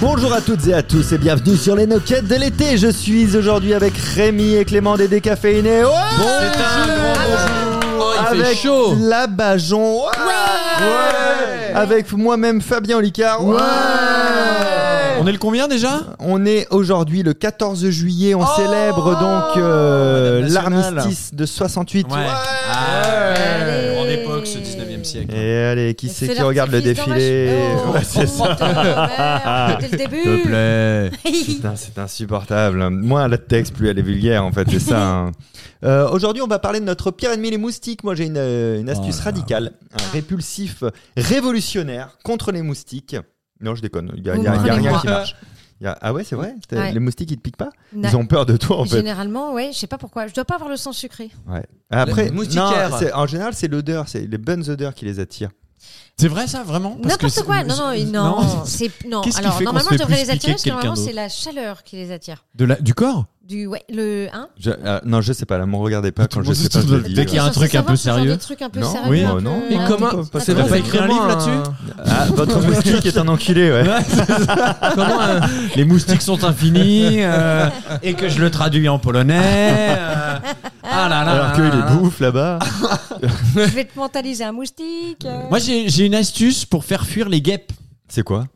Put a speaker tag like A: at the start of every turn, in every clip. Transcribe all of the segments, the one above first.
A: Bonjour à toutes et à tous et bienvenue sur les Noquettes de l'été. Je suis aujourd'hui avec Rémi et Clément des décaféinés. Ouais
B: C'est un grand bonjour. Oh, il fait
A: avec
B: chaud.
A: Labajon. Ouais Ouais Avec moi-même Fabien Olicard. Ouais,
C: Oh
B: On est le combien déjà
A: On est aujourd'hui le 14 juillet, on
B: Oh
A: célèbre donc euh,
B: Madame nationale.
A: l'armistice de 68.
B: Ah, Grande époque, ce 19 e siècle.
A: Et allez, qui c'est qui regarde le défilé Ouais,
D: Oh,
A: c'est ça.
C: Ah,
D: Dès le début.
B: plaît.
A: Putain, c'est insupportable. Moins la texte, plus elle est vulgaire, en fait, c'est ça. hein. Euh, Aujourd'hui, on va parler de notre pire ennemi, les moustiques. Moi, j'ai une, euh, une astuce
B: Oh là là.
A: radicale, un répulsif révolutionnaire contre les moustiques. Non, je déconne, il n'y a,
D: Vous
A: il y a- il y a rien
D: prenez-moi.
A: qui marche. Il y a- Ah ouais, c'est vrai T'as-
D: Ouais.
A: Les moustiques, ils te piquent pas
D: Na-
A: Ils ont peur de toi, en fait.
D: Bah, Généralement, ouais, je sais pas pourquoi. Je dois pas avoir le sang sucré.
A: Ouais. Après,
B: Les moustiquaires.
A: non, c'est- en général, c'est l'odeur, c'est les bonnes odeurs qui les attirent.
C: C'est vrai ça, vraiment Parce que
D: N'importe
C: c'est-
D: quoi. Non, non,
C: c'est-
D: non.
C: non.
D: C'est non.
C: Qu'est-ce qui
D: Alors
C: fait qu'on
D: normalement,
C: se fait
D: je devrais
C: plus
D: les attirer
C: piquer
D: parce
C: que
D: que normalement,
C: quelqu'un
D: c'est la chaleur qui les attire.
C: De la- Du corps
D: Du ouais, le hein.
A: Je- euh, non, je sais pas, là, me regardez pas
C: Tout
A: quand
C: le
A: je
C: monde
A: sais pas.
C: se
A: je le
C: dit,
A: dis,
C: Dès qu'il y a
A: ouais.
C: un
D: Censé
C: truc un
D: savoir
C: peu
D: ce genre
C: sérieux.
D: de truc un peu
A: Non,
D: sérieux.
C: oui,
D: un
A: euh,
D: peu-
A: non.
C: Et
D: hein.
C: comment-
A: Pas-
B: C'est
A: pas-
B: vrai,
A: pas-
B: t'as écrit un livre là-dessus
A: Ah, votre moustique est un enculé, ouais.
C: Comment euh, les moustiques sont infinis euh, et que je le traduis en polonais euh, Ah là là
A: Alors
C: là
A: qu'il
C: là là.
A: est bouffe là-bas.
D: Je vais te mentaliser un moustique. euh.
C: Moi j'ai j'ai une astuce pour faire fuir les guêpes.
A: C'est quoi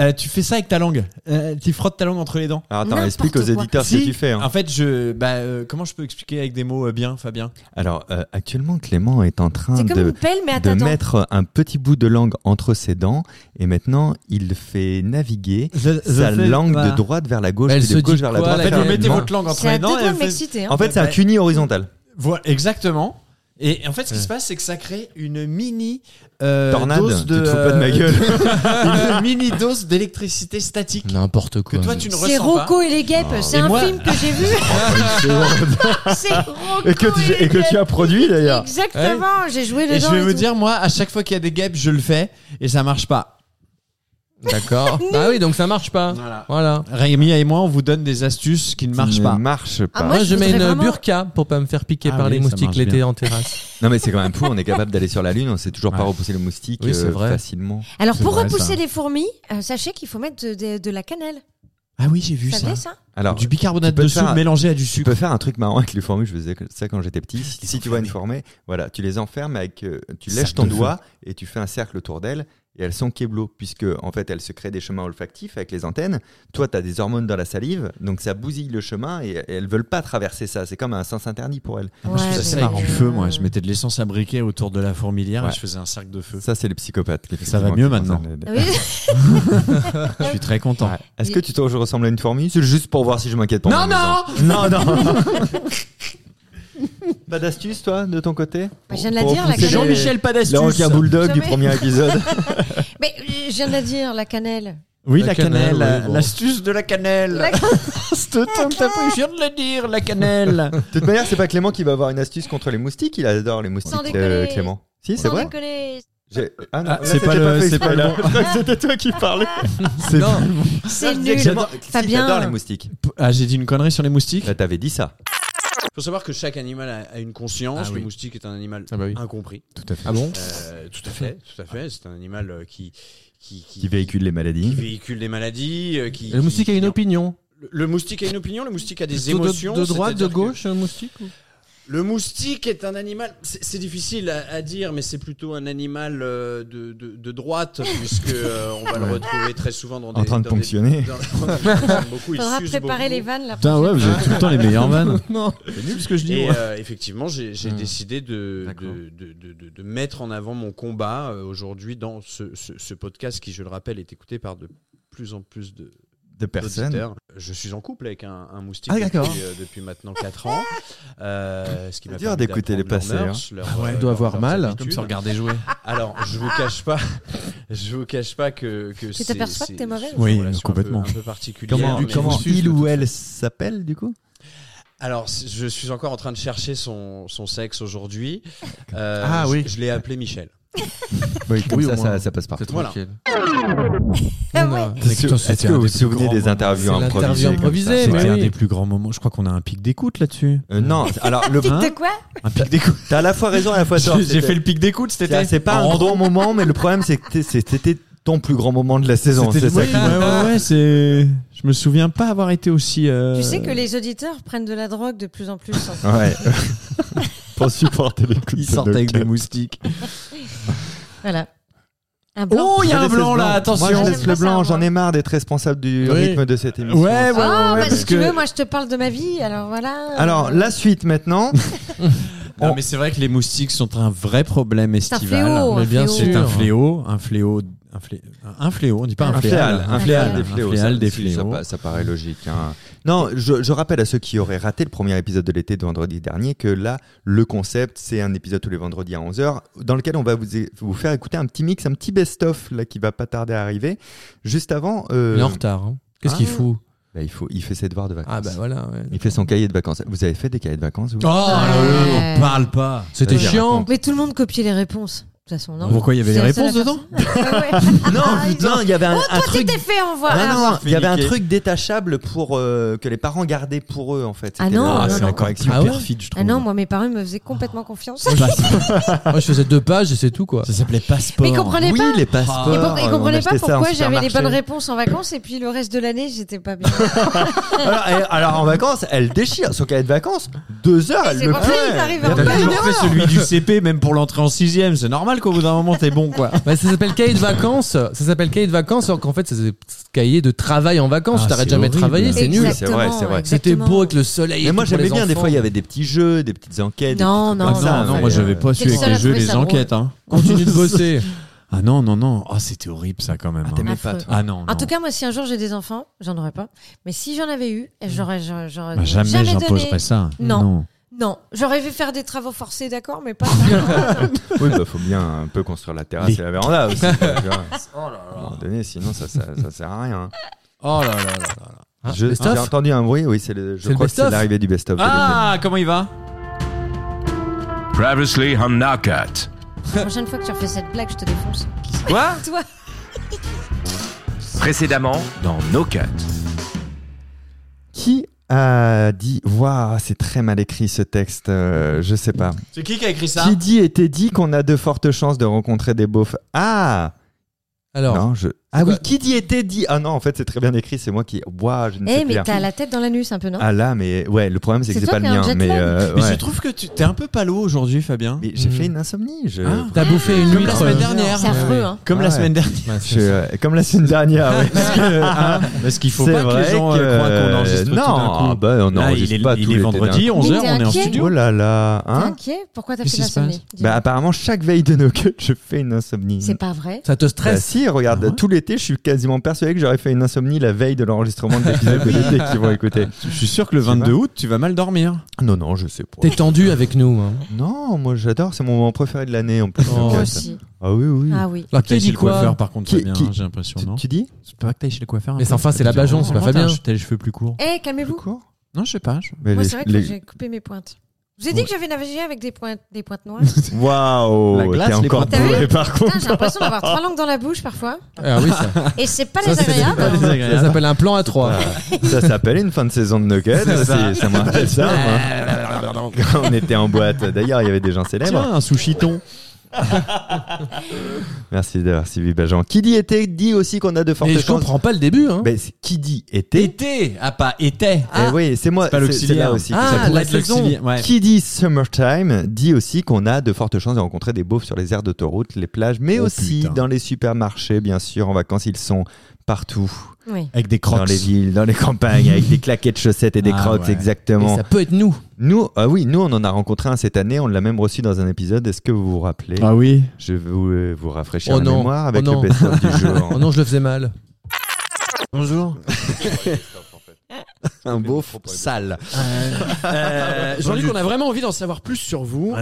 C: Euh, tu fais ça avec ta langue. Euh, tu frottes ta langue entre les dents.
A: Alors, attends,
D: N'importe
A: explique aux
D: quoi.
A: éditeurs ce
C: Si,
A: que tu fais. hein.
C: En fait, je, bah, euh, comment je peux expliquer avec des mots euh, bien, Fabien
A: Alors, euh, actuellement, Clément est en train
D: C'est comme
A: de,
D: une pelle, mais à
A: de
D: ta dent.
A: mettre un petit bout de langue entre ses dents et maintenant, il fait naviguer sa langue de droite vers la gauche
C: Elle
A: et
C: se
A: de gauche
C: dit
A: vers la
C: quoi,
A: droite.
C: la guêpe
A: Enfin,
C: Vous mettez
A: non.
C: votre langue entre
D: C'est à
C: les
D: deux
C: dents. et
D: doigts de
C: elle fait-
D: m'exciter. hein.
A: En fait, c'est un
C: Ouais.
A: cuni horizontal.
C: Voilà, exactement. Et et en fait, ce qui se passe, c'est que ça crée une mini euh,
A: Tornade,
C: dose
A: tu
C: de,
A: te fous pas de ma
C: euh,
A: gueule.
C: une mini dose d'électricité statique
B: N'importe
C: que
B: quoi.
C: toi tu ne
D: C'est
C: ressens pas. Ah.
D: Rocco et les guêpes. C'est
C: Et
D: un
C: moi-
D: film que j'ai vu. C'est Rocco
A: Et que tu-
D: les
A: et que tu
D: guêpes.
A: as produit
E: Hein.
A: d'ailleurs.
D: Exactement. J'ai joué
C: Et je
D: dedans.
C: vais vous
D: tout.
C: dire, moi, à chaque fois qu'il y a des guêpes, je le fais et ça marche pas.
B: D'accord. Ah oui, donc ça marche pas.
C: Voilà.
B: Voilà.
C: Rémi et moi, on vous donne des astuces qui ne marchent
A: ne
C: pas.
A: marche pas.
D: Ah, moi,
B: Moi, je mets une
D: voudrais vraiment-
B: burqa pour pas me faire piquer
C: Ah
B: par
C: oui,
B: les
C: ça
B: moustiques
C: marche
B: l'été
C: bien.
B: en terrasse.
A: Non, mais c'est quand même fou. On est capable d'aller sur la Lune. On sait toujours pas
C: Ouais.
A: repousser les moustiques
B: Oui, c'est
A: euh,
B: vrai.
A: facilement.
D: Alors
C: C'est
D: pour
C: vrai,
D: repousser
C: ça.
D: les fourmis, euh, sachez qu'il faut mettre de, de- de la cannelle.
C: Ah oui, j'ai vu
D: Vous
C: ça.
D: savez ça hein
A: Alors,
C: Du bicarbonate
A: tu peux
C: de
A: te faire
C: soude
A: un-
C: mélangé à du
A: Tu
C: sucre.
A: peux faire un truc marrant avec les fourmis, je faisais ça quand j'étais petit. Si, tu vois une fourmi, voilà, tu les enfermes avec, euh, tu
C: Sac
A: lèches ton
C: de feu.
A: doigt et tu fais un cercle autour d'elles et elles sont keblo puisque en fait elles se créent des chemins olfactifs avec les antennes. Toi, tu as des hormones dans la salive, donc ça bousille le chemin et, et elles veulent pas traverser ça. C'est comme un sens interdit pour elles.
E: Ah,
C: Moi, je
D: Ouais,
C: faisais ça
D: mais-
C: avec du feu, moi. Je mettais de l'essence à briquet autour de la fourmilière
A: Ouais.
C: et je faisais un cercle de feu.
A: Ça, c'est les psychopathes.
C: Ça va mieux maintenant.
D: Ah oui.
C: Je suis très content.
A: Ouais. Est-ce que tu te je ressemble à une fourmi C'est juste pour voir si je m'inquiète. pendant
C: Non,
A: mes ans. Non, non. Pas d'astuce, toi, de ton côté
D: Bah, je viens de la
A: Pour
D: dire, la
A: repousser
C: C'est
A: les-
D: cannelle.
C: Jean-Michel pas
A: Le
C: d'astuce.
A: requin bulldog du
D: Jamais.
A: premier épisode.
D: Mais euh, je viens de la dire, la cannelle.
C: Oui,
B: La
C: la
B: cannelle,
C: cannelle. euh,
B: oui, bon.
C: L'astuce de la cannelle.
D: La
C: C'est te tente pas, je viens de le dire, la cannelle.
A: De toute manière, c'est pas Clément qui va avoir une astuce contre les moustiques. Il adore les moustiques,
D: Sans déconner.
A: euh, Clément. Si, c'est
D: Sans
A: vrai.
D: déconner.
A: J'ai- Ah non,
C: Ah,
A: là,
C: c'est pas
A: c'était
C: le-
A: fait
C: c'est
A: exprès,
C: pas le
A: là.
C: bon.
A: Je crois que C'était toi qui parlais.
C: C'est
D: C'est
A: Je disais que
D: nul.
A: Clément- si,
D: Fabien.
A: J'adore les moustiques.
C: Ah, j'ai dit une connerie sur les moustiques.
A: Là, t'avais dit ça.
C: faut savoir que chaque animal a, a une conscience.
B: Ah
C: Le
B: oui.
C: moustique est un animal
B: Ah bah oui.
C: incompris.
B: Tout à fait. Ah bon
C: Euh, tout à fait, tout à fait. C'est un animal euh, qui, qui, qui-
A: Qui véhicule les
C: qui
A: maladies.
C: véhicule des maladies. euh, qui,
B: Le
C: qui-
B: moustique a une
C: qui-
B: opinion.
C: Le, le moustique a une opinion. Le moustique a des
B: De- de-
C: émotions.
B: De droite, de
C: c'est-à-dire que-
B: gauche, un moustique ou-
C: Le moustique est un animal, c'est c'est difficile à, à dire, mais c'est plutôt un animal euh, de, de- de droite, puisque euh, on va le
A: Ouais.
C: retrouver très souvent dans des...
A: En train de
C: dans des-
A: ponctionner.
C: dans- il fonctionne beaucoup, il
D: Faudra
C: suce
D: préparer
C: beaucoup.
D: les vannes là.
C: ouais, vous avez tout le temps les meilleures vannes.
B: Non.
C: Ah. C'est nul ce que je
B: dis,
C: Et
B: ouais.
C: euh, effectivement, j'ai j'ai
A: Hmm.
C: décidé de,
A: D'accord.
C: de, de- de- de- de mettre en avant mon combat euh, aujourd'hui dans ce, ce- ce podcast qui, je le rappelle, est écouté par de plus en plus de
A: De personnes.
C: d'auditeurs. Je suis en couple avec un, un moustique
A: Ah,
C: depuis,
A: d'accord.
C: euh, depuis maintenant 4 ans. Euh, ce qui m'a
A: Dur
C: permis
A: d'écouter hein. les
C: d'apprendre
A: passés,
C: leurs mœurs, leurs,
B: Ah ouais,
C: euh,
B: il doit avoir
C: leurs
B: mal.
C: habitudes.
B: Comme ça,
C: regarder jouer. Alors, je vous cache pas, je vous cache pas que, que c'est-
D: t'aperçois que
C: c'est-
D: t'es mauvaise
C: c'est une Oui, relation un peu- complètement. Un peu, particulière.
A: Comment,
C: mais-
A: comment
B: suce,
A: il
B: de
A: ou
B: toute
A: elle s'appelle du coup
C: Alors, c- je suis encore en train de chercher son, son sexe aujourd'hui. Euh,
B: Ah
C: je-
B: oui.
C: Je, l'ai appelé Michel.
A: Oui, comme
B: Oui, au
A: ça,
B: moins.
A: ça, ça passe par.
B: C'est
C: Voilà.
B: tranquille.
D: Ah
B: Non,
D: ouais.
B: non.
A: Est-ce que est-ce que vous vous souvenez des interviews
B: hein. C'est
A: improvisées
B: l'interview
A: comme
B: improvisée,
A: ça
B: mais
A: Ouais.
B: oui.
C: plus grands moments. Je crois qu'on a un pic d'écoute là-dessus.
A: Euh, Non, alors le.
D: De quoi
C: Un pic d'écoute.
A: T'as à la fois raison et à la fois tort.
C: J'ai fait le pic d'écoute,
A: Tiens,
C: c'était.
A: C'est pas
C: en
A: un bon moment, mais le problème c'est que t'es- c'est- c'était ton plus grand moment de la saison.
F: C'était
A: C'est ça
F: ouais,
A: qui-
F: ouais, ouais, ouais, c'est. Je me souviens pas avoir été aussi. euh,
D: Tu sais que les auditeurs prennent de la drogue de plus hein. en plus. en fait.
A: Ouais. Pour supporter les coups
F: Ils
A: de
F: sortent avec
A: nos
F: des moustiques.
D: Voilà. Un blanc.
F: Oh, il y
A: Je
F: a un
A: laisse le
F: blanc là,
A: Moi, je
F: attention.
A: laisse
D: J'aime
A: le
D: pas ça,
A: blanc.
D: moi.
A: J'en ai marre d'être responsable du
F: Oui.
A: rythme de cette
F: Ouais,
A: émission.
F: ouais, ouais.
D: Ah,
F: ouais,
D: bah,
F: parce
D: si tu
F: que-
D: veux, moi je te parle de ma vie, alors voilà.
A: Alors, la suite maintenant.
E: Non, mais c'est vrai que les moustiques sont un vrai problème
D: un
E: estival.
D: fléau, un
E: Mais bien
D: fléau.
E: sûr. C'est un fléau, un fléau, un flé- un fléau, on dit pas un,
A: Un
E: fléal.
A: fléal, un fléal,
E: un
A: des fléaux.
E: fléal
A: ça,
E: des
A: si, ça
E: fléaux.
A: pa- ça paraît logique. hein. Non, je, je rappelle à ceux qui auraient raté le premier épisode de l'été de vendredi dernier que là, le concept, c'est un épisode tous les vendredis à 11h dans lequel on va vous, é- vous faire écouter un petit mix, un petit best-of là qui va pas tarder à arriver. Juste avant, euh,
G: Il est en retard. hein. Qu'est-ce
A: Ah.
G: qu'il fout
A: bah, il, faut, il fait ses devoirs de vacances.
G: Ah bah voilà. ouais.
A: Il fait son cahier de vacances. Vous avez fait des cahiers de vacances vous
E: Oh là là,
D: Ouais.
E: on parle pas.
G: C'était
A: Vas-y,
G: chiant.
A: raconte.
D: Mais tout le monde copiait les réponses. De toute façon, non
E: Pourquoi il y avait
D: C'est
E: les
D: la seule
E: réponses dedans
D: affaire. Ouais, Ah, ouais.
A: Non, putain, il y avait un, un
D: Tu
A: truc.
D: t'es fait envoyer.
A: Ah non, il y avait un
E: niquer.
A: truc détachable pour euh, que les parents gardaient pour eux en fait.
D: Ah
A: C'était
D: non,
A: la-
D: Ah,
A: la
D: c'est encore
A: correction
G: Ah ouais
A: perfide, je trouve.
D: Ah non, moi mes parents ils me faisaient complètement confiance.
G: Moi, je- Moi, je faisais deux pages et c'est tout quoi.
E: Ça s'appelait passeport.
D: Mais ils comprenaient
A: oui,
D: pas. Ah.
A: les passeports.
D: Ils, comp- ils
A: on
D: comprenaient
A: achetait
D: pas
A: ça en
D: pourquoi j'avais les bonnes
A: supermarché.
D: réponses en vacances et puis le reste de l'année j'étais pas bien.
A: Alors, elle- alors, en vacances, elle déchire son cahier de vacances. Deux heures,
D: Et
A: elle
D: c'est
A: le
D: pour
A: fait.
D: ça qu'ils arrivent en
A: Il y a
D: retard.
A: pas
E: T'as
A: une
E: toujours
A: erreur.
E: fait celui du CP, même pour l'entrée en sixième. C'est normal qu'au bout d'un moment, t'es bon, quoi.
G: Bah, ça s'appelle cahier de vacances. Ça s'appelle cahier de vacances alors qu'en fait ça s'appelle cahier de travail en vacances.
E: Ah,
G: tu t'arrêtes
E: c'est
G: jamais de
E: horrible.
G: travailler, c'est nul.
A: Exact. c'est vrai, c'est vrai.
G: C'était
D: exactement.
G: beau avec le soleil. et
A: Mais moi,
G: tout pour
A: j'aimais
G: les
A: bien. Des
G: enfants.
A: fois, il y avait des petits jeux, des petites enquêtes. des
D: Non,
A: trucs
D: non,
A: comme
D: non,
A: ça,
E: Ah non, non,
A: mais,
E: moi,
A: euh,
E: j'avais pas su
D: Quel
E: avec
D: seul
E: les
D: à
E: jeux,
D: trouver
E: les
D: ça drôle.
E: enquêtes, hein.
G: Continue de bosser.
E: Ah non, non, non. Ah, c'était horrible, ça, quand même.
A: Ah,
E: hein.
A: t'aimais
D: Affreux.
A: pas, toi.
E: Ah non.
D: En
E: non.
D: tout cas, moi, si un jour j'ai des enfants, j'en aurais pas. Mais si j'en avais eu, j'aurais, j'aurais, j'aurais
E: Bah, jamais
D: jamais
E: j'imposerais
D: donné.
E: ça.
D: Non. Non, j'aurais vu faire des travaux forcés, d'accord, mais pas. ça.
A: Oui, bah, faut bien un peu construire la terrasse
E: Les-
A: et la véranda aussi. quoi, tu vois. À un moment donné, sinon, ça, ça, ça sert à rien. hein.
G: Oh là là là là là. Ah,
A: Je-
G: best-of
A: J'ai entendu un bruit. Oui, c'est le.
G: C'est
A: Je
G: le
A: crois que c'est
G: best-of.
A: l'arrivée du best-of. de l'été.
E: Ah, comment il va
B: Previously on Knockout.
D: La prochaine fois que tu refais cette blague, je te défonce.
B: Quoi
D: Toi.
B: Précédemment dans Knockout.
A: Qui a dit Waouh, c'est très mal écrit ce texte. euh, je sais pas.
C: C'est qui qui a écrit
A: Qui dit était dit qu'on a de fortes chances de rencontrer des beaufs. Ah
G: Alors,
A: non, je... Ah
G: quoi
A: oui, qui dit était dit. Ah non, en fait, c'est très bien écrit. C'est moi qui. Waouh, je ne
D: Eh,
A: sais
D: mais
A: plus.
D: t'as la tête dans l'anus un peu, non
A: Ah là, mais ouais, le problème c'est que
D: C'est
A: c'est
D: toi
A: pas le
D: qui as
A: mien.
D: un jet
A: Mais,
D: lag.
A: euh,
E: Mais
A: ouais.
E: je trouve que tu t'es un peu palo aujourd'hui, Fabien.
A: Mais j'ai
G: Mhm.
A: fait une insomnie. Je...
E: Ah.
G: t'as bouffé une
E: Comme
G: huître.
E: la semaine
G: euh,
E: dernière.
D: C'est affreux, hein.
E: Comme
A: Ah
E: la
A: ouais.
E: semaine dernière.
G: ouais, c'est
A: je-
G: ça.
A: euh, Comme la semaine dernière. oui. Parce que, hein,
E: Parce qu'il faut
A: c'est
E: pas que les
A: vrai
E: gens
A: que,
E: euh, croient qu'on enregistre
A: non,
E: tout d'un
A: ah
E: coup.
A: bah, on
E: Là,
A: n'enregistre
E: il est,
A: pas
E: il
A: tous
E: est
A: les
E: vendredi,
A: tétins.
E: 11h,
D: Mais t'es
E: on est en
D: inquiet
E: studio.
A: Oh là là.
D: T'es
A: Hein
D: inquiet Pourquoi t'as
E: Qu'est-ce
D: fait
E: qui se
D: l'insomnie
A: bah, apparemment, chaque veille de nos cuts, je fais une insomnie.
D: C'est pas vrai.
G: Ça te
A: Bah
G: stresse.
A: si, regarde,
E: Ah ouais
A: tout l'été, je suis quasiment persuadé que j'aurais fait une insomnie la veille de l'enregistrement de l'épisode de l'été qu'ils vont écouter.
E: Je suis sûr que le
A: Tu vas
E: 22 août, tu vas mal dormir.
A: Non, non, je sais pas.
G: T'es tendu avec nous. hein.
A: Non, moi j'adore, c'est mon moment préféré de l'année en plus.
G: Oh.
A: le
G: Moi
D: Moi
A: quatre.
D: aussi.
A: Ah oui, oui.
D: Ah oui.
G: Alors, qui
E: T'es chez
G: a dit
E: le coiffeur,
G: quoi
E: par contre,
A: Qui-
E: Fabien,
A: qui-
E: j'ai l'impression,
A: Tu,
E: non
A: tu dis
E: C'est pas que t'ailles chez le coiffeur. un
G: Mais
E: peu.
G: enfin, c'est la
E: T'as dit,
G: Bajon, c'est pas
E: attends,
G: Fabien.
E: je- T'as les cheveux plus courts.
D: Eh, calmez-vous.
A: cours
E: Non, je sais pas. je-
A: Mais
D: Moi,
A: les-
D: c'est vrai que
A: les-
D: j'ai coupé mes pointes. Je vous ai dit que j'avais navigué avec des pointes, des pointes noires.
A: Waouh,
E: La glace,
A: t'es
E: les
A: encore
D: points. T'as
A: bourré
D: vu
A: par contre.
D: Putain, j'ai l'impression d'avoir trois langues dans la bouche parfois.
G: Ah oui, ça.
D: Et c'est pas
G: Ça,
D: les
G: c'est-
D: agréables.
E: pas les
G: Ça s'appelle un plan à trois.
A: Ça s'appelle une fin de saison de Nuggets, ça,
E: C'est ça.
A: ça me rappelle ça. moi. Quand on était en boîte, d'ailleurs, il y avait des gens célèbres.
E: Tiens, un sushi-ton.
A: Merci d'avoir suivi Bajan. Qui dit était dit aussi qu'on a de fortes
G: Mais je
A: chances.
G: comprends pas le début. Hein.
A: Ben, c'est- qui dit était
E: Été Ah, pas été.
A: Eh oui, c'est moi,
E: pas
A: c'est- c'est
E: l'auxiliaire.
A: là aussi. que
G: Ah,
A: ça
G: la
E: être l'auxiliaire, ouais.
A: Qui dit summertime dit aussi qu'on a de fortes chances de rencontrer des beaufs sur les aires d'autoroute, les plages, mais
E: Oh,
A: aussi
E: putain.
A: dans les supermarchés, bien sûr. En vacances, ils sont partout.
D: Oui.
E: Avec des crocs.
A: Dans les villes, dans les campagnes, avec des claquettes chaussettes et des
E: Ah,
A: crottes,
E: ouais.
A: exactement.
G: Mais ça peut être nous.
A: Nous, ah oui, nous, on en a rencontré un cette année. On l'a même reçu dans un épisode. Est-ce que vous vous rappelez
E: Ah oui.
A: Je vais vous, euh, vous rafraîchir
G: Oh
A: la
G: non.
A: mémoire avec
G: Oh non.
A: le best-of du jour.
G: Oh non, je le faisais mal.
E: Bonjour.
A: Un beauf sale.
G: Euh, Jean-Luc, on a vraiment envie d'en savoir plus sur vous.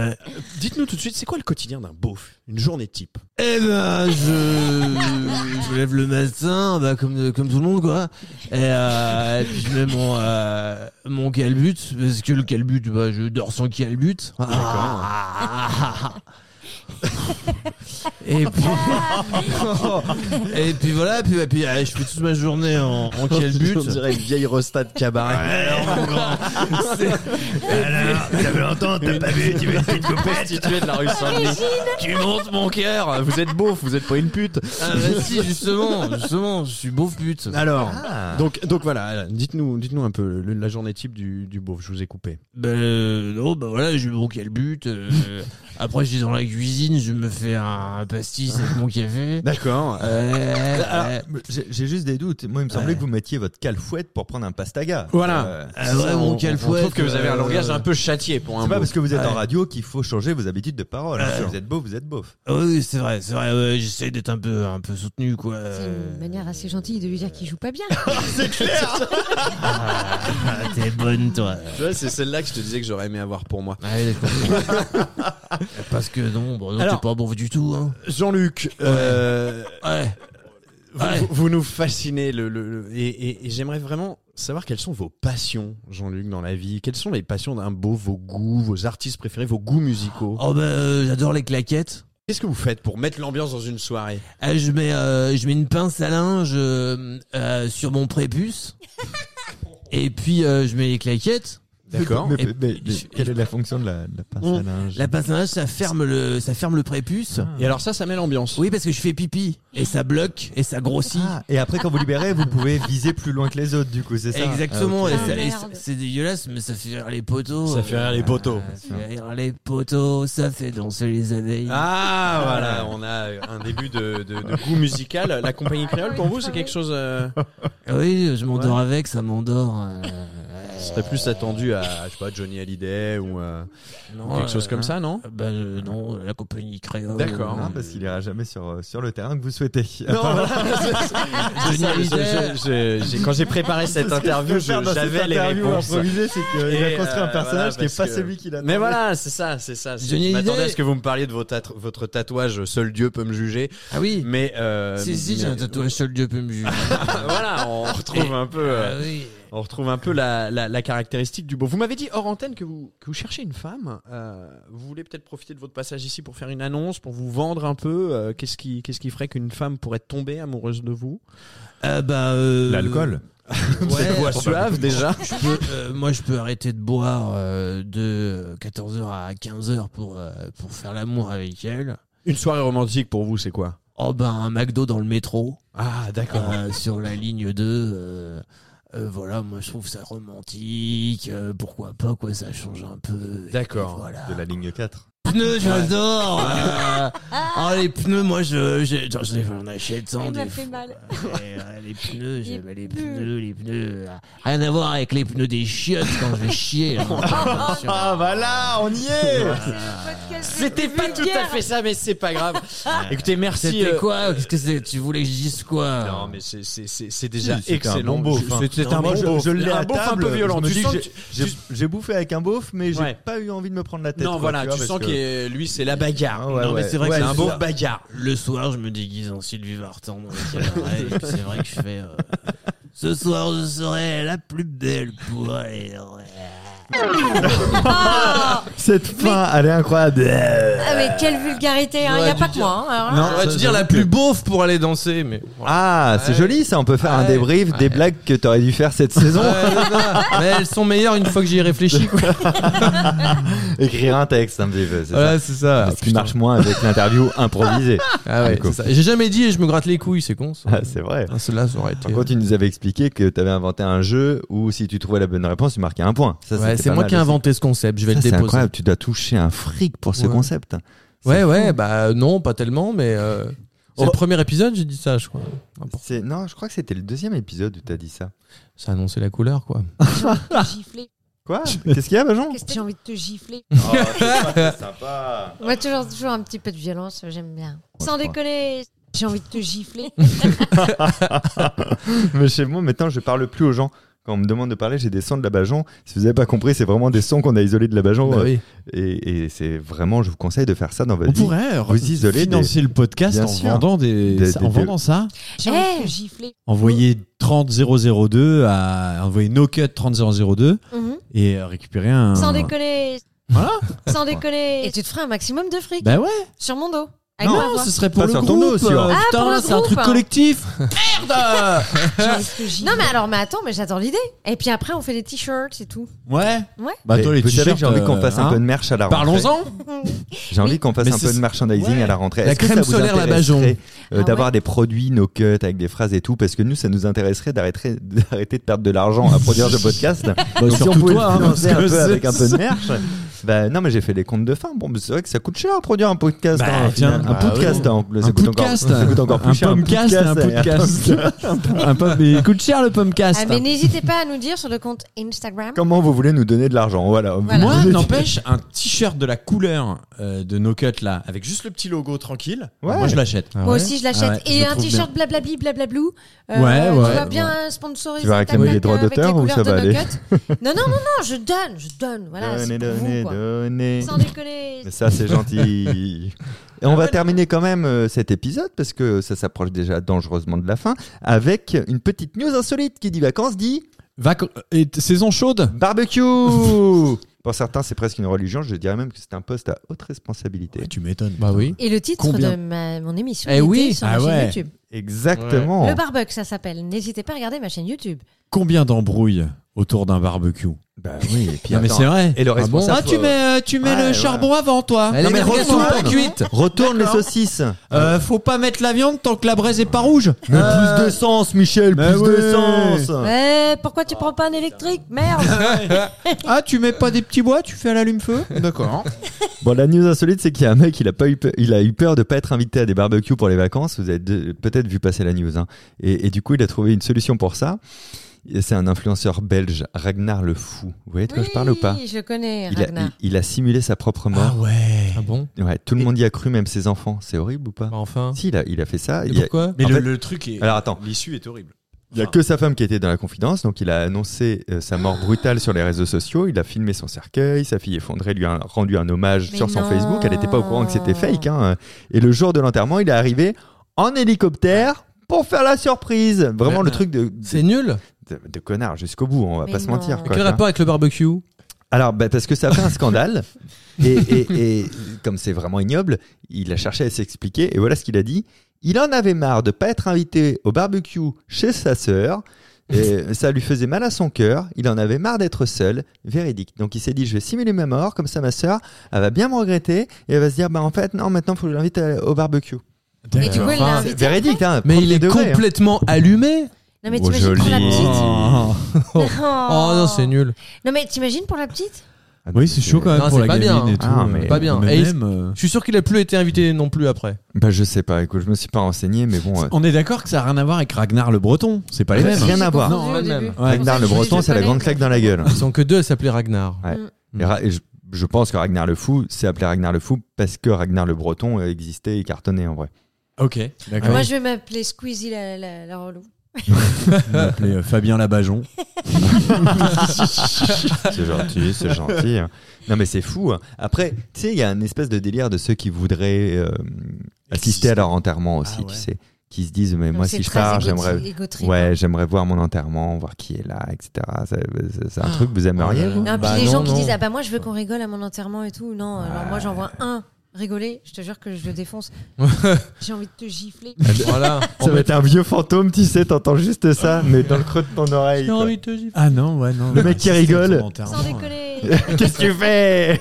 C: Dites-nous tout de suite, c'est quoi le quotidien d'un beauf Une journée type.
F: Eh ben, je, je me lève le matin, bah, comme, de- comme tout le monde, quoi. Et, euh, et puis je mets mon, euh, mon calbut, parce que le calbut, bah, je dors sans calbut. Ah,
G: Et puis, et puis voilà, puis,
F: bah,
G: et puis, allez, je fais toute ma journée en, en quel but
E: On dirait une vieille rosta de cabaret.
C: Ah,
H: Alors, ça fait longtemps, t'as pas vu, tu veux une petite coupette
E: Situé de la
C: Ah,
E: rue Saint-Denis. tu montes mon cœur. Vous êtes beauf, vous êtes pas une pute.
G: Ah bah si, justement, justement, je suis beau pute.
E: Alors, donc, donc voilà, dites-nous dites un peu le- la journée type du, du beauf, je vous ai coupé.
G: Ben euh, non, ben voilà, j'ai mon quel but. euh, après, je suis dans la cuisine, je me fais un pastis avec mon café.
E: D'accord.
G: Euh, euh,
A: J'ai j'ai juste des doutes. Moi, il me semblait que vous mettiez votre calfouette pour prendre un pastaga.
E: Voilà.
A: Euh,
G: ah ouais,
E: on-
G: mon euh,
E: on
G: quel
C: Je trouve que vous avez un langage un peu châtié pour un
A: c'est pas
C: beau.
A: parce que vous êtes en radio qu'il faut changer vos habitudes de parole. Si vous êtes beau, vous êtes beauf.
G: euh, Oui, c'est vrai, c'est vrai. ouais, J'essaie d'être un peu, un peu soutenu, quoi.
D: C'est une manière assez gentille de lui dire qu'il joue pas bien.
G: Ah, T'es bonne, toi.
C: Tu vois, c'est celle-là que je te disais que j'aurais aimé avoir pour moi.
G: Ouais, d'accord. Parce que non, bon, non,
E: Alors-
G: t'es pas bon du tout. Hein.
E: Jean-Luc, euh,
G: Ouais.
E: vous,
G: Ouais.
E: vous- vous nous fascinez. Le, le- le- et et- et j'aimerais vraiment savoir quelles sont vos passions, Jean-Luc, dans la vie. Quelles sont les passions d'un beau, vos goûts, vos artistes préférés, vos goûts musicaux.
G: Oh ben, euh, j'adore les claquettes.
E: Qu'est-ce que vous faites pour
C: Pour mettre l'ambiance dans une soirée.
G: Ah, je mets, euh, je mets une pince à linge euh, euh, sur mon prépuce. Et puis euh, je mets les claquettes.
E: D'accord.
A: Mais,
G: Et-
A: mais- mais- mais quelle est la fonction de la, de la pince à
G: On-
A: linge
G: La pince à linge, ça ferme le, ça ferme le prépuce.
C: Et alors ça, ça met l'ambiance.
G: Oui, parce que je fais pipi et ça bloque et ça grossit.
A: Ah, et après, quand vous libérez, vous pouvez viser plus loin que les autres, du coup, c'est ça
G: Exactement.
A: Ah, ok.
G: et
D: Ah,
G: ça- et
D: merde.
G: ça- c'est dégueulasse, mais ça fait rire les poteaux.
C: Ça fait rire les poteaux.
G: Ah, Ça fait rire les poteaux. Ça fait danser les abeilles.
C: Ah voilà, on a un début de, de- de goût musical. La compagnie créole pour vous, c'est quelque chose. euh,
G: Ah Oui, je m'endors avec, ça m'endort. euh,
C: Ce serait plus attendu à, je sais pas, Johnny Hallyday ou euh,
G: non,
C: quelque
G: euh,
C: chose comme ça, non
G: Ah, Bah euh, non, la compagnie créole.
C: D'accord.
A: Ah, parce qu'il ira jamais sur, euh, sur le terrain que vous souhaitez.
C: Non, voilà. Ah,
G: Johnny Hallyday.
C: quand j'ai préparé cette interview,
A: Ce que je veux faire dans
C: j'avais
A: cette
C: les
A: interview
C: réponses.
A: improvisée, c'est qu'il
C: Et,
A: a construit
C: euh,
A: un
C: voilà,
A: personnage qui
C: parce
A: n'est pas
C: que-
A: celui qu'il a.
C: Mais voilà, c'est ça, c'est ça. c'est-
G: Johnny
C: Je m'attendais
G: Hallyday.
C: à ce que vous me parliez de vos tat- votre tatouage. Seul Dieu peut me juger.
G: Ah oui.
C: Mais euh,
G: Si, si,
C: mais- Ah,
G: j'ai un tatouage seul Dieu peut me juger.
C: voilà, on retrouve un peu,
G: Ah
C: euh,
G: oui.
C: on retrouve un peu la, la, la caractéristique du beau. Vous m'avez dit hors antenne que vous que vous cherchez une femme. Euh, vous voulez peut-être profiter de votre passage ici pour faire une annonce, pour vous vendre un peu. euh, qu'est-ce qui qu'est-ce qui ferait qu'une femme pourrait tomber amoureuse de vous
G: Ah bah. euh, Ouais,
C: Cette voix suave déjà.
G: je peux, euh, moi, je peux arrêter de boire euh, de 14h à 15h pour, euh, pour faire l'amour avec elle.
C: Une soirée romantique pour vous, c'est quoi
G: Oh ben, un McDo dans le métro,
C: Ah d'accord.
G: euh, sur la ligne 2. euh, euh, voilà, moi je trouve ça romantique. euh, pourquoi pas, quoi, ça change un peu. et
C: D'accord.
G: Voilà.
A: De la ligne 4.
G: Pneus, j'adore. euh, oh, les pneus, moi je, je, genre, je les j'en achète sans
D: Ah. Il m'a
G: des
D: fait
G: fois.
D: mal.
G: Ouais, ouais, les pneus, j'aime
D: Les
G: les
D: pneus.
G: pneus, les pneus. Rien à voir avec les pneus des chiottes quand je vais chier. hein.
A: Ah, voilà, on y est
C: C'était pas tout à fait ça, mais c'est pas grave. Écoutez, merci.
G: C'était
C: euh,
G: quoi Qu'est-ce que c'est Tu voulais que je dise quoi
C: Non, mais c'est- c'est c'est- c'est déjà
A: Si, c'était un
C: excellent.
A: bon beauf,
C: Je-
A: hein.
C: C'était un
A: Moi,
C: bon
A: je-
C: beauf.
A: je l'ai
C: un
A: à
C: beauf un
A: table,
C: peu violent.
A: je me
C: Tu
A: dis
C: sens
A: que
C: que-
A: J'ai j'ai bouffé avec un beauf, mais j'ai
C: Ouais.
A: pas eu envie de me prendre la tête.
C: Non,
A: quoi,
C: voilà,
A: tu vois,
C: tu
A: parce
C: sens
A: que-
C: que lui, c'est la bagarre.
A: Ah ouais,
G: Non, mais
A: ouais.
G: c'est vrai que
A: Ouais,
G: c'est
C: C'est un
G: c'est
C: beauf
G: ça.
C: bagarre.
G: Le soir, je me déguise en Sylvie Vartan dans le cabaret. et puis c'est vrai que je fais. euh, Ce soir, je serai la plus belle pour aller.
A: Cette fin, elle est incroyable.
D: Ah, mais quelle vulgarité, il n'y a pas que moi. hein, alors là.
B: J'aurais dû dire la plus beauf pour aller danser, mais.
A: Ah, c'est joli ça, on peut faire un
B: Ouais.
A: débrief des blagues que t'aurais dû faire cette saison.
B: Ouais, c'est ça. mais elles sont meilleures une fois que j'y ai réfléchi. quoi.
A: Écrire un texte un petit peu, c'est ça.
B: Voilà, c'est ça.
A: Parce qu'il marche moins avec l'interview improvisée.
B: Ah ouais,
A: Du coup.
B: c'est ça. J'ai jamais dit et je me gratte les couilles, c'est con. ça.
A: Ah, c'est vrai.
B: Ah, Cela, ça aurait été.
A: Par contre, tu nous avais expliqué que tu avais inventé un jeu où si tu trouvais la bonne réponse, tu marquais un point. Ça,
B: euh, Ouais,
A: c'était
B: c'est
A: pas
B: moi
A: mal
B: qui ai
A: aussi.
B: inventé ce concept, je vais
A: Ça,
B: le
A: c'est
B: déposer.
A: incroyable, tu dois toucher un fric pour ce
B: Ouais.
A: concept.
B: Ouais, ouais, bah non, pas tellement, mais euh, c'est
A: Oh.
B: le premier épisode, j'ai dit ça, je crois. Ah,
A: C'est- Non, je crois que c'était le deuxième épisode où t'as dit ça.
B: Ça annonçait la couleur, quoi.
D: J'ai envie de te gifler.
A: Quoi Qu'est-ce qu'il y a, Bajon Oh,
D: Qu'est-ce que j'ai envie de te gifler
A: C'est sympa.
D: Moi, toujours, toujours un petit peu de violence, j'aime bien.
A: Ouais,
D: Sans
A: je crois.
D: déconner, j'ai envie de te gifler.
A: Mais chez moi, maintenant, je parle plus aux gens. Quand on me demande de parler, j'ai des sons de la Bajon. Si vous avez pas compris, c'est vraiment des sons qu'on a isolés de la Bajon.
B: Bah oui.
A: Et, et c'est vraiment, je vous conseille de faire ça dans votre
E: On
A: vie.
E: pourrait euh,
A: Vous isolez
E: financer le podcast
A: Bien
E: en
A: sûr.
E: vendant, des,
A: Des-
E: ça-
A: des-
E: en
A: des-
E: vendant ça.
D: J'ai envie de te gifler.
E: Envoyer 30002 à envoyer no cut 30002
D: Mhm.
E: et euh, récupérer un.
D: Sans déconner.
E: Voilà.
D: Sans déconner. Et tu te feras un maximum de fric
E: Bah ouais.
D: sur mon dos. Avec ma voix.
G: ce serait pour
A: Pas
G: le
A: sur ton dos,
G: groupe.
A: Syrah.
G: euh,
D: Ah,
G: putain,
D: pour le
G: c'est un truc
D: groupe.
G: collectif. Merde
D: Non, mais alors, mais attends, mais j'adore l'idée. Et puis après, on fait des t-shirts et tout.
E: Ouais.
D: Ouais.
E: Bah, toi,
A: Mais
E: les
A: vous savez que j'ai envie
G: euh,
A: qu'on fasse
G: hein
A: un peu de
E: de.
A: merch à la rentrée.
E: Parlons-en.
A: Bah, J'ai envie qu'on fasse
E: Mais
A: un
E: c'est-
A: peu de merchandising
E: ouais.
A: à la rentrée.
G: La
A: Est-ce que
G: crème
A: ça vous
G: solaire, la
A: intéresserait,
G: Bajon.
A: euh,
D: Ah
A: D'avoir des produits no cut avec des phrases et tout, parce que nous, ça nous intéresserait d'arrêter d'arrêter de perdre de l'argent à produire de podcasts. Donc, si on
G: surtout
A: pouvait le
G: toi, hein,
A: financer
G: parce
A: un
G: que
A: peu
G: c'est-
A: avec un peu de merch. Bah, non, mais j'ai fait les comptes de fin. Bon, mais c'est vrai que ça coûte cher à produire un podcast.
E: Bah,
A: hein, au
E: tiens,
A: final.
E: bah
A: un podcast.
E: oui.
A: hein, ça
G: Un
A: coûte
G: podcast.
A: encore, ça coûte encore plus
G: Un
A: cher.
G: podcast et un
A: et
G: podcast. Un pub, mais il coûte cher le pumpcast.
D: Ah, mais n'hésitez pas à nous dire sur le compte Instagram.
A: Comment vous voulez nous donner de l'argent Voilà.
D: Voilà.
A: Vous
E: Moi,
A: voulez-
E: n'empêche, un t-shirt de la couleur euh, de No Cut là, avec juste le petit logo tranquille, bah,
A: Ouais.
E: moi je l'achète.
D: Moi aussi, je l'achète.
E: Ah ouais, je
D: et
E: le
D: un
E: trouve
D: t-shirt blablabli blablablou. Euh,
E: Ouais, ouais,
D: Tu vas
E: ouais.
D: bien sponsoriser.
A: Tu vas
D: tac,
A: réclamer
D: tac,
A: les droits
D: euh, avec
A: d'auteur
D: les
A: ou ça
D: couleurs
A: va
D: de
A: aller
D: No Cut. Non, non, non, non, je donne, je donne. Voilà,
A: Donnez,
D: c'est pour
A: donnez,
D: vous, quoi.
A: donnez.
D: Sans déconner.
A: Mais Ça, c'est gentil. Et on va terminer quand même euh, cet épisode parce que ça s'approche déjà dangereusement de la fin avec une petite news insolite qui dit vacances dit
B: Vac-
A: euh,
B: et t- saison chaude
A: barbecue. Pour certains, c'est presque une religion. Je dirais même que c'est un poste à haute responsabilité.
E: tu m'étonnes.
I: Bah oui.
D: Et le titre
E: Combien
D: de ma- mon émission
I: Eh
D: était
I: oui.
D: sur
E: Ah
D: ma chaîne
E: ouais.
D: YouTube.
A: Exactement.
D: Le barbuck, ça s'appelle. N'hésitez pas à regarder ma chaîne YouTube.
E: Combien d'embrouilles autour d'un barbecue
A: Bah oui. Et puis
E: Non mais
A: attends.
E: c'est vrai.
A: Et le responsable.
G: Ah, tu mets, euh, tu mets
A: Ouais,
G: le
A: ouais.
G: charbon avant, toi.
I: Allez,
A: Non, mais
I: merguez sont
A: retourne.
I: pas cuites.
A: Retourne les saucisses.
G: Euh, faut pas mettre la viande tant que la braise est pas rouge.
A: Mais plus de sens, Michel.
E: mais
A: Plus de
E: oui.
A: sens.
D: Eh, pourquoi tu prends pas un électrique Merde
G: Ah, tu mets pas des petits bois, tu fais à l'allume-feu.
E: D'accord.
A: Bon, la news insolite, c'est qu'il y a un mec, il a, pas eu pe- il a eu peur de pas être invité à des barbecues pour les vacances. Vous avez de- peut-être vu passer la news. hein. Et, et du coup, il a trouvé une solution pour ça. Et C'est un influenceur belge, Ragnar le Fou. Vous voyez de quoi je parle ou pas
D: Oui, je connais,
A: il a,
D: Ragnar.
A: il- il a simulé sa propre mort.
E: ouais.
I: Ah bon
A: Ouais, tout le monde y a cru, même ses enfants. C'est horrible ou pas
B: Bah,
I: Enfin.
A: Si, il a, il a fait ça.
I: Et
A: Il y a-
I: pourquoi
E: Mais
A: En
E: le,
A: fait-
E: le truc est.
A: Alors, attends.
E: L'issue est horrible.
A: Il n'y a que sa femme qui était dans la confidence, donc il a annoncé euh, sa mort brutale sur les réseaux sociaux, il a filmé son cercueil, sa fille effondrée lui a rendu un hommage
D: Mais
A: sur son
D: non.
A: Facebook, elle n'était pas au courant que c'était fake. hein. Et le jour de l'enterrement, il est arrivé en hélicoptère pour faire la surprise. Vraiment le truc de,
I: C'est nul.
A: de, de connard jusqu'au bout, on va
D: Mais
A: pas se
D: non.
A: mentir. quoi,
D: Mais
I: Quel
A: tu vois.
I: rapport avec le barbecue
A: Alors, bah, parce que ça fait un scandale, et, et- et comme c'est vraiment ignoble, il a cherché à s'expliquer, et voilà ce qu'il a dit. Il en avait marre de pas être invité au barbecue chez sa sœur, et ça lui faisait mal à son cœur, il en avait marre d'être seul, véridique. Donc il s'est dit, je vais simuler ma mort, comme ça ma sœur, elle va bien me regretter, et elle va se dire, bah en fait, non, maintenant, faut que je l'invite à- au barbecue.
D: Et du
E: Ah,
D: coup, il l'a
I: Enfin,
A: C'est
D: invité.
A: véridique, hein,
I: Mais il
A: premier
I: est
A: degré, hein.
I: complètement allumé.
D: Non, mais
A: Oh,
D: t'imagines pour la
A: joli.
D: petite
I: Oh, non, c'est nul.
D: Non, mais t'imagines pour la petite
A: hein.
E: Oui, c'est chaud quand même
I: Non,
E: pour
I: c'est
E: la
I: pas
E: gamine
I: bien.
E: et tout. euh,
A: Ah, mais-
I: Pas bien.
E: Mais
I: Et
E: même, euh,
I: Je suis sûr qu'il a plus été invité non plus après.
A: Bah je sais pas, écoute, je me suis pas renseigné, mais bon... euh,
E: On est d'accord que ça a rien à voir avec Ragnar le Breton. C'est pas les
A: Ouais,
E: mêmes. hein.
A: rien à voir.
D: Non,
I: Non, même.
A: Ragnar le Breton, c'est la grande claque dans la gueule.
I: Ils sont que deux, elle s'appelait Ragnar.
A: Et Ra- et je, je pense que Ragnar le Fou s'est appelé Ragnar le Fou parce que Ragnar le Breton euh, existait et cartonnait en vrai.
I: Ok.
E: D'accord.
D: Moi, je vais m'appeler Squeezie la, la, la relou.
E: On appelait euh, Fabien Labajon.
A: C'est gentil, c'est gentil. Non mais c'est fou. hein. Après, tu sais, il y a un espèce de délire de ceux qui voudraient euh, assister à leur enterrement aussi,
E: Ah ouais.
A: tu sais, qui se disent mais moi
D: Donc, c'est
A: si je
D: très
A: pars,
D: égo-
A: j'aimerais,
D: égotrip.
A: ouais, j'aimerais voir mon enterrement, voir qui est là, etc. C'est- c'est-
E: Ah.
A: C'est un truc que vous
E: Oh
A: aimeriez. vous
D: Non, puis
I: Bah,
D: les
I: non,
D: gens qui
I: non.
D: disent Ah bah moi je veux qu'on rigole à mon enterrement et tout. Non, alors moi j'en vois un rigoler, je te jure que je le défonce. J'ai envie de te gifler.
I: voilà.
A: ça va être un vieux fantôme, tu sais, t'entends juste ça, mais dans le creux de ton oreille. quoi.
E: Ah non, ouais, non.
A: Le mec qui rigole.
D: Sans déconner.
A: Qu'est-ce que tu fais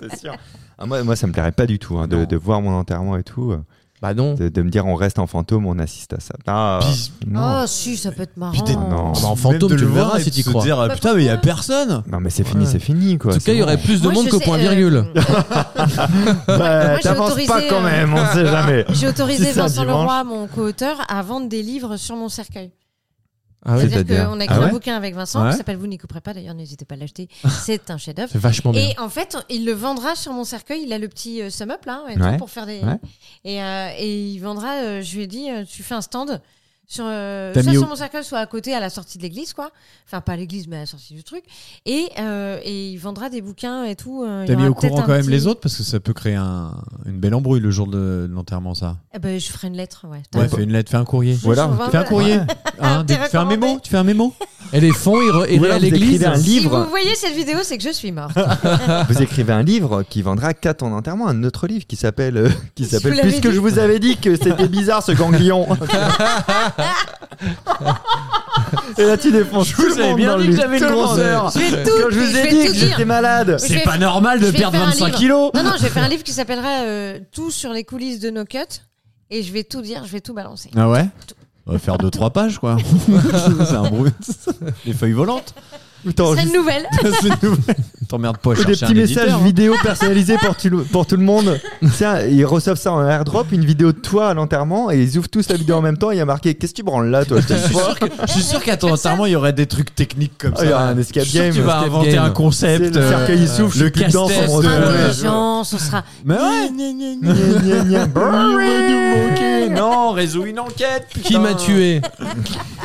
A: C'est sûr. Ah, moi, moi, ça me plairait pas du tout hein, de, de voir mon enterrement et tout, euh,
I: Bah non.
A: de, de me dire on reste en fantôme, on assiste à ça. Ah, non.
D: Oh si, ça peut être
A: Putain,
D: marrant.
E: Ah,
A: non.
I: bah, en fantôme, tu le verras si t'y crois.
E: Dire,
C: Bah,
E: ah, putain, mais y a personne.
A: Non, mais c'est fini,
I: Ouais.
A: Bah, c'est fini quoi.
I: En tout cas, il y aurait plus de
D: Moi,
I: monde
D: je
I: qu'au
D: sais,
I: point
D: euh,
I: virgule.
D: moi,
A: Bah,
D: j'ai
A: t'avances
D: autorisé,
A: pas quand
D: euh,
A: même, on sait jamais.
D: J'ai autorisé
A: Si ça,
D: Vincent
A: dimanche.
D: Leroy, mon co-auteur, à vendre des livres sur mon cercueil.
I: Ah ouais.
D: C'est-à-dire qu'on a écrit
A: Ah ouais
D: un bouquin avec Vincent
E: Ouais.
D: qui s'appelle Vous n'y couperez pas, d'ailleurs, n'hésitez pas à l'acheter. C'est un chef-d'œuvre.
I: C'est vachement bien.
D: Et en fait, il le vendra sur mon cercueil. Il a le petit euh, sum up là et tout,
A: Ouais,
D: pour faire des.
A: ouais.
D: Et, euh, et il vendra. euh, je lui ai dit, euh, tu fais un stand sur euh,
E: T'as
D: soit
E: mis
D: sur
E: au-
D: mon cercueil, soit à côté à la sortie de l'église, quoi. Enfin, pas à l'église, mais à la sortie du truc. Et, euh, et il vendra des bouquins et tout. euh, il y
E: T'as mis
D: aura
E: au courant
D: peut-être un
E: quand même
D: petit-
E: les autres parce que ça peut créer un- une belle embrouille le jour de de l'enterrement, ça.
D: Eh ben, je ferai une lettre, ouais.
E: Ouais, fais une lettre, fais un courrier.
D: Voilà.
E: Fais un courrier. hein,
D: T'es
E: des- fais un
D: recommandé.
E: mémo. Tu fais un mémo.
I: Et les fonds, ils re- ils
A: Ou
I: vont à
A: alors vous écrivez
I: l'église.
A: un
D: Si vous
A: livre,
D: voyez cette vidéo, c'est que je suis morte.
A: vous écrivez un livre qui vendra qu'à ton enterrement, un autre livre qui s'appelle euh, qui
D: Je
A: s'appelle
D: vous l'avais
A: Puisque
D: dit.
A: je vous avais dit que c'était bizarre ce ganglion. Et là tu défends tout le monde dans le livre.
C: j'avais
A: Tout le monde.
D: Je vais tout,
A: Quand je vous
D: je
A: ai
D: vais
A: dit
D: tout
A: que
D: dire.
A: j'étais malade.
D: Je vais-
B: C'est pas normal
D: je
B: de
D: vais
B: perdre
D: faire un
B: 25
D: livre.
B: kilos.
D: Non, non, je vais faire un livre qui s'appellera euh, Tout sur les coulisses de nos cuts. Et je vais tout dire, je vais tout balancer.
E: Ah ouais On va faire 2-3 pages quoi. c'est un bruit. Les feuilles volantes.
A: Attends,
D: C'est une nouvelle.
E: C'est une nouvelle. T'emmerdes pas à
A: Ou
E: chercher
A: des
E: un
A: petits
E: éditeur,
A: messages
E: hein.
A: vidéo personnalisés pour tout, le- pour tout le monde. Tiens, ils reçoivent ça en airdrop, une vidéo de toi à l'enterrement, et ils ouvrent tous la vidéo en même temps. et Il y a marqué Qu'est-ce que tu branles là, toi Je t'aime pas.
E: Je suis sûr qu'à ton enterrement, il y aurait des trucs techniques comme
A: Ah,
E: ça.
A: Il y a un escape
E: Je suis sûr
A: game.
E: que tu vas
I: escape
E: inventer
I: game.
E: un
A: C'est
E: concept.
A: le cercueil, il
E: euh,
A: souffle, je
E: le
A: suis plus dedans,
E: casse-tête
A: sans me
E: de-
A: retourner.
D: Intelligent, ce sera.
E: Mais ouais.
A: Gna, gna, gna.
E: Non, résous une enquête.
I: Qui m'a tué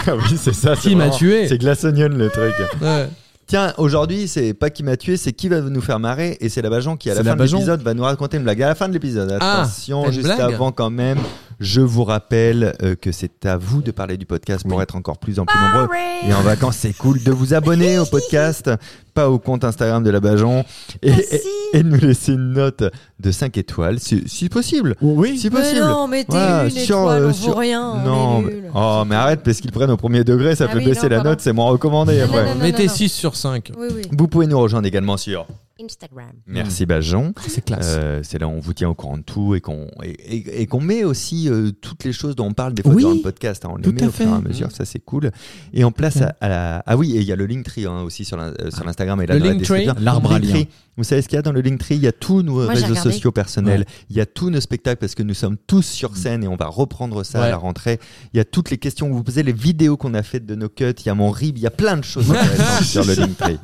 A: Ah oui, c'est ça. c'est
I: Qui m'a
A: vraiment-
I: tué
A: C'est glaçonnion le truc.
I: Ouais.
A: Tiens, aujourd'hui, c'est pas qui m'a tué, c'est qui va nous faire marrer. Et c'est la Bajon qui, à la
E: C'est
A: fin de
E: Labajon.
A: l'épisode, va nous raconter une blague. À la fin de l'épisode,
I: Ah,
A: attention,
I: t'as une
A: juste
I: blague
A: avant quand même, je vous rappelle euh, que c'est à vous de parler du podcast pour être encore plus en plus nombreux. Et en vacances, c'est cool de vous abonner au podcast, pas au compte Instagram de la Bajon. Et, et, et de nous laisser une note de 5 étoiles, si, si possible.
E: Oui.
A: Si
D: Mais
A: possible.
D: non, mettez
A: Voilà,
D: une
A: sur,
D: étoile,
A: euh,
D: on
A: sur-
D: vaut rien. on
A: Non,
D: est
A: mais...
D: nuls.
A: Oh, mais arrête, parce qu'ils prennent au premier degré, ça
D: Ah
A: peut
D: oui,
A: baisser
D: non,
A: la
D: pardon.
A: note, c'est moins recommandé
D: Non, non,
A: après.
D: non, non,
I: Mettez
D: non.
I: 6 sur 5.
D: Oui, oui.
A: Vous pouvez nous rejoindre également sur
D: Instagram.
A: Merci Bajon.
I: C'est classe.
A: Euh, c'est là où on vous tient au courant de tout et qu'on et, et- et qu'on met aussi euh, toutes les choses dont on parle des fois
G: Oui,
A: dans le podcast. hein. on les
G: tout
A: met
G: à
A: au fur et à
G: fait.
A: mesure, ça c'est cool. Et on place à, à la... Ah oui, et il y a le Linktree hein, aussi sur l'in- euh, sur l'Instagram et là
I: Le
A: dans la
I: Linktree,
A: description.
E: l'arbre à
A: Linktree, Vous savez ce qu'il y a dans le Linktree Il y a tous nos
D: Moi, j'ai
A: réseaux
D: regardé.
A: sociaux personnels, il y a tous nos spectacles parce que nous sommes tous sur scène et on va reprendre ça à
I: Ouais.
A: la rentrée. Il y a toutes les questions que vous posez, les vidéos qu'on a faites de nos cuts, il y a mon rib, il y a plein de choses intéressantes sur le Linktree.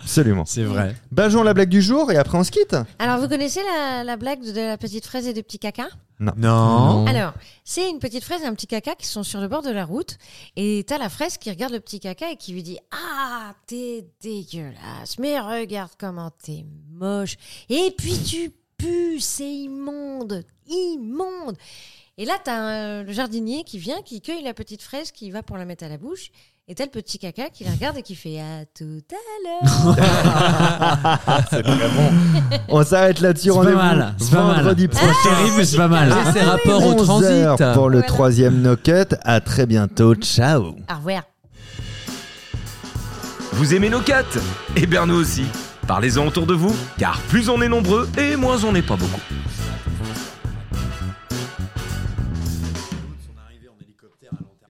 A: Absolument.
E: C'est vrai.
A: Bajon, la blague du jour et après on se quitte.
D: Alors, vous connaissez la, la blague de la petite fraise et du petit caca
E: Non.
D: Alors, c'est une petite fraise et un petit caca qui sont sur le bord de la route. Et t'as la fraise qui regarde le petit caca et qui lui dit Ah, t'es dégueulasse, mais regarde comment t'es moche. Et puis tu pues, c'est immonde, immonde. Et là, t'as euh, le jardinier qui vient, qui cueille la petite fraise, qui va pour la mettre à la bouche. Et t'as le petit caca qui la regarde et qui fait À tout à l'heure.
A: On s'arrête là-dessus.
E: C'est pas
A: Rendez-vous
E: mal, c'est pas mal.
A: vendredi prochain.
D: Ah,
E: C'est terrible, mais c'est pas mal.
I: C'est ses rapports au
A: 11
I: transit.
A: heures pour le
D: Voilà.
A: troisième No Cut. À très bientôt. Ciao.
D: Au revoir.
B: Vous aimez nos cuts Eh bien nous aussi. Parlez-en autour de vous, car plus on est nombreux et moins on n'est pas beaucoup.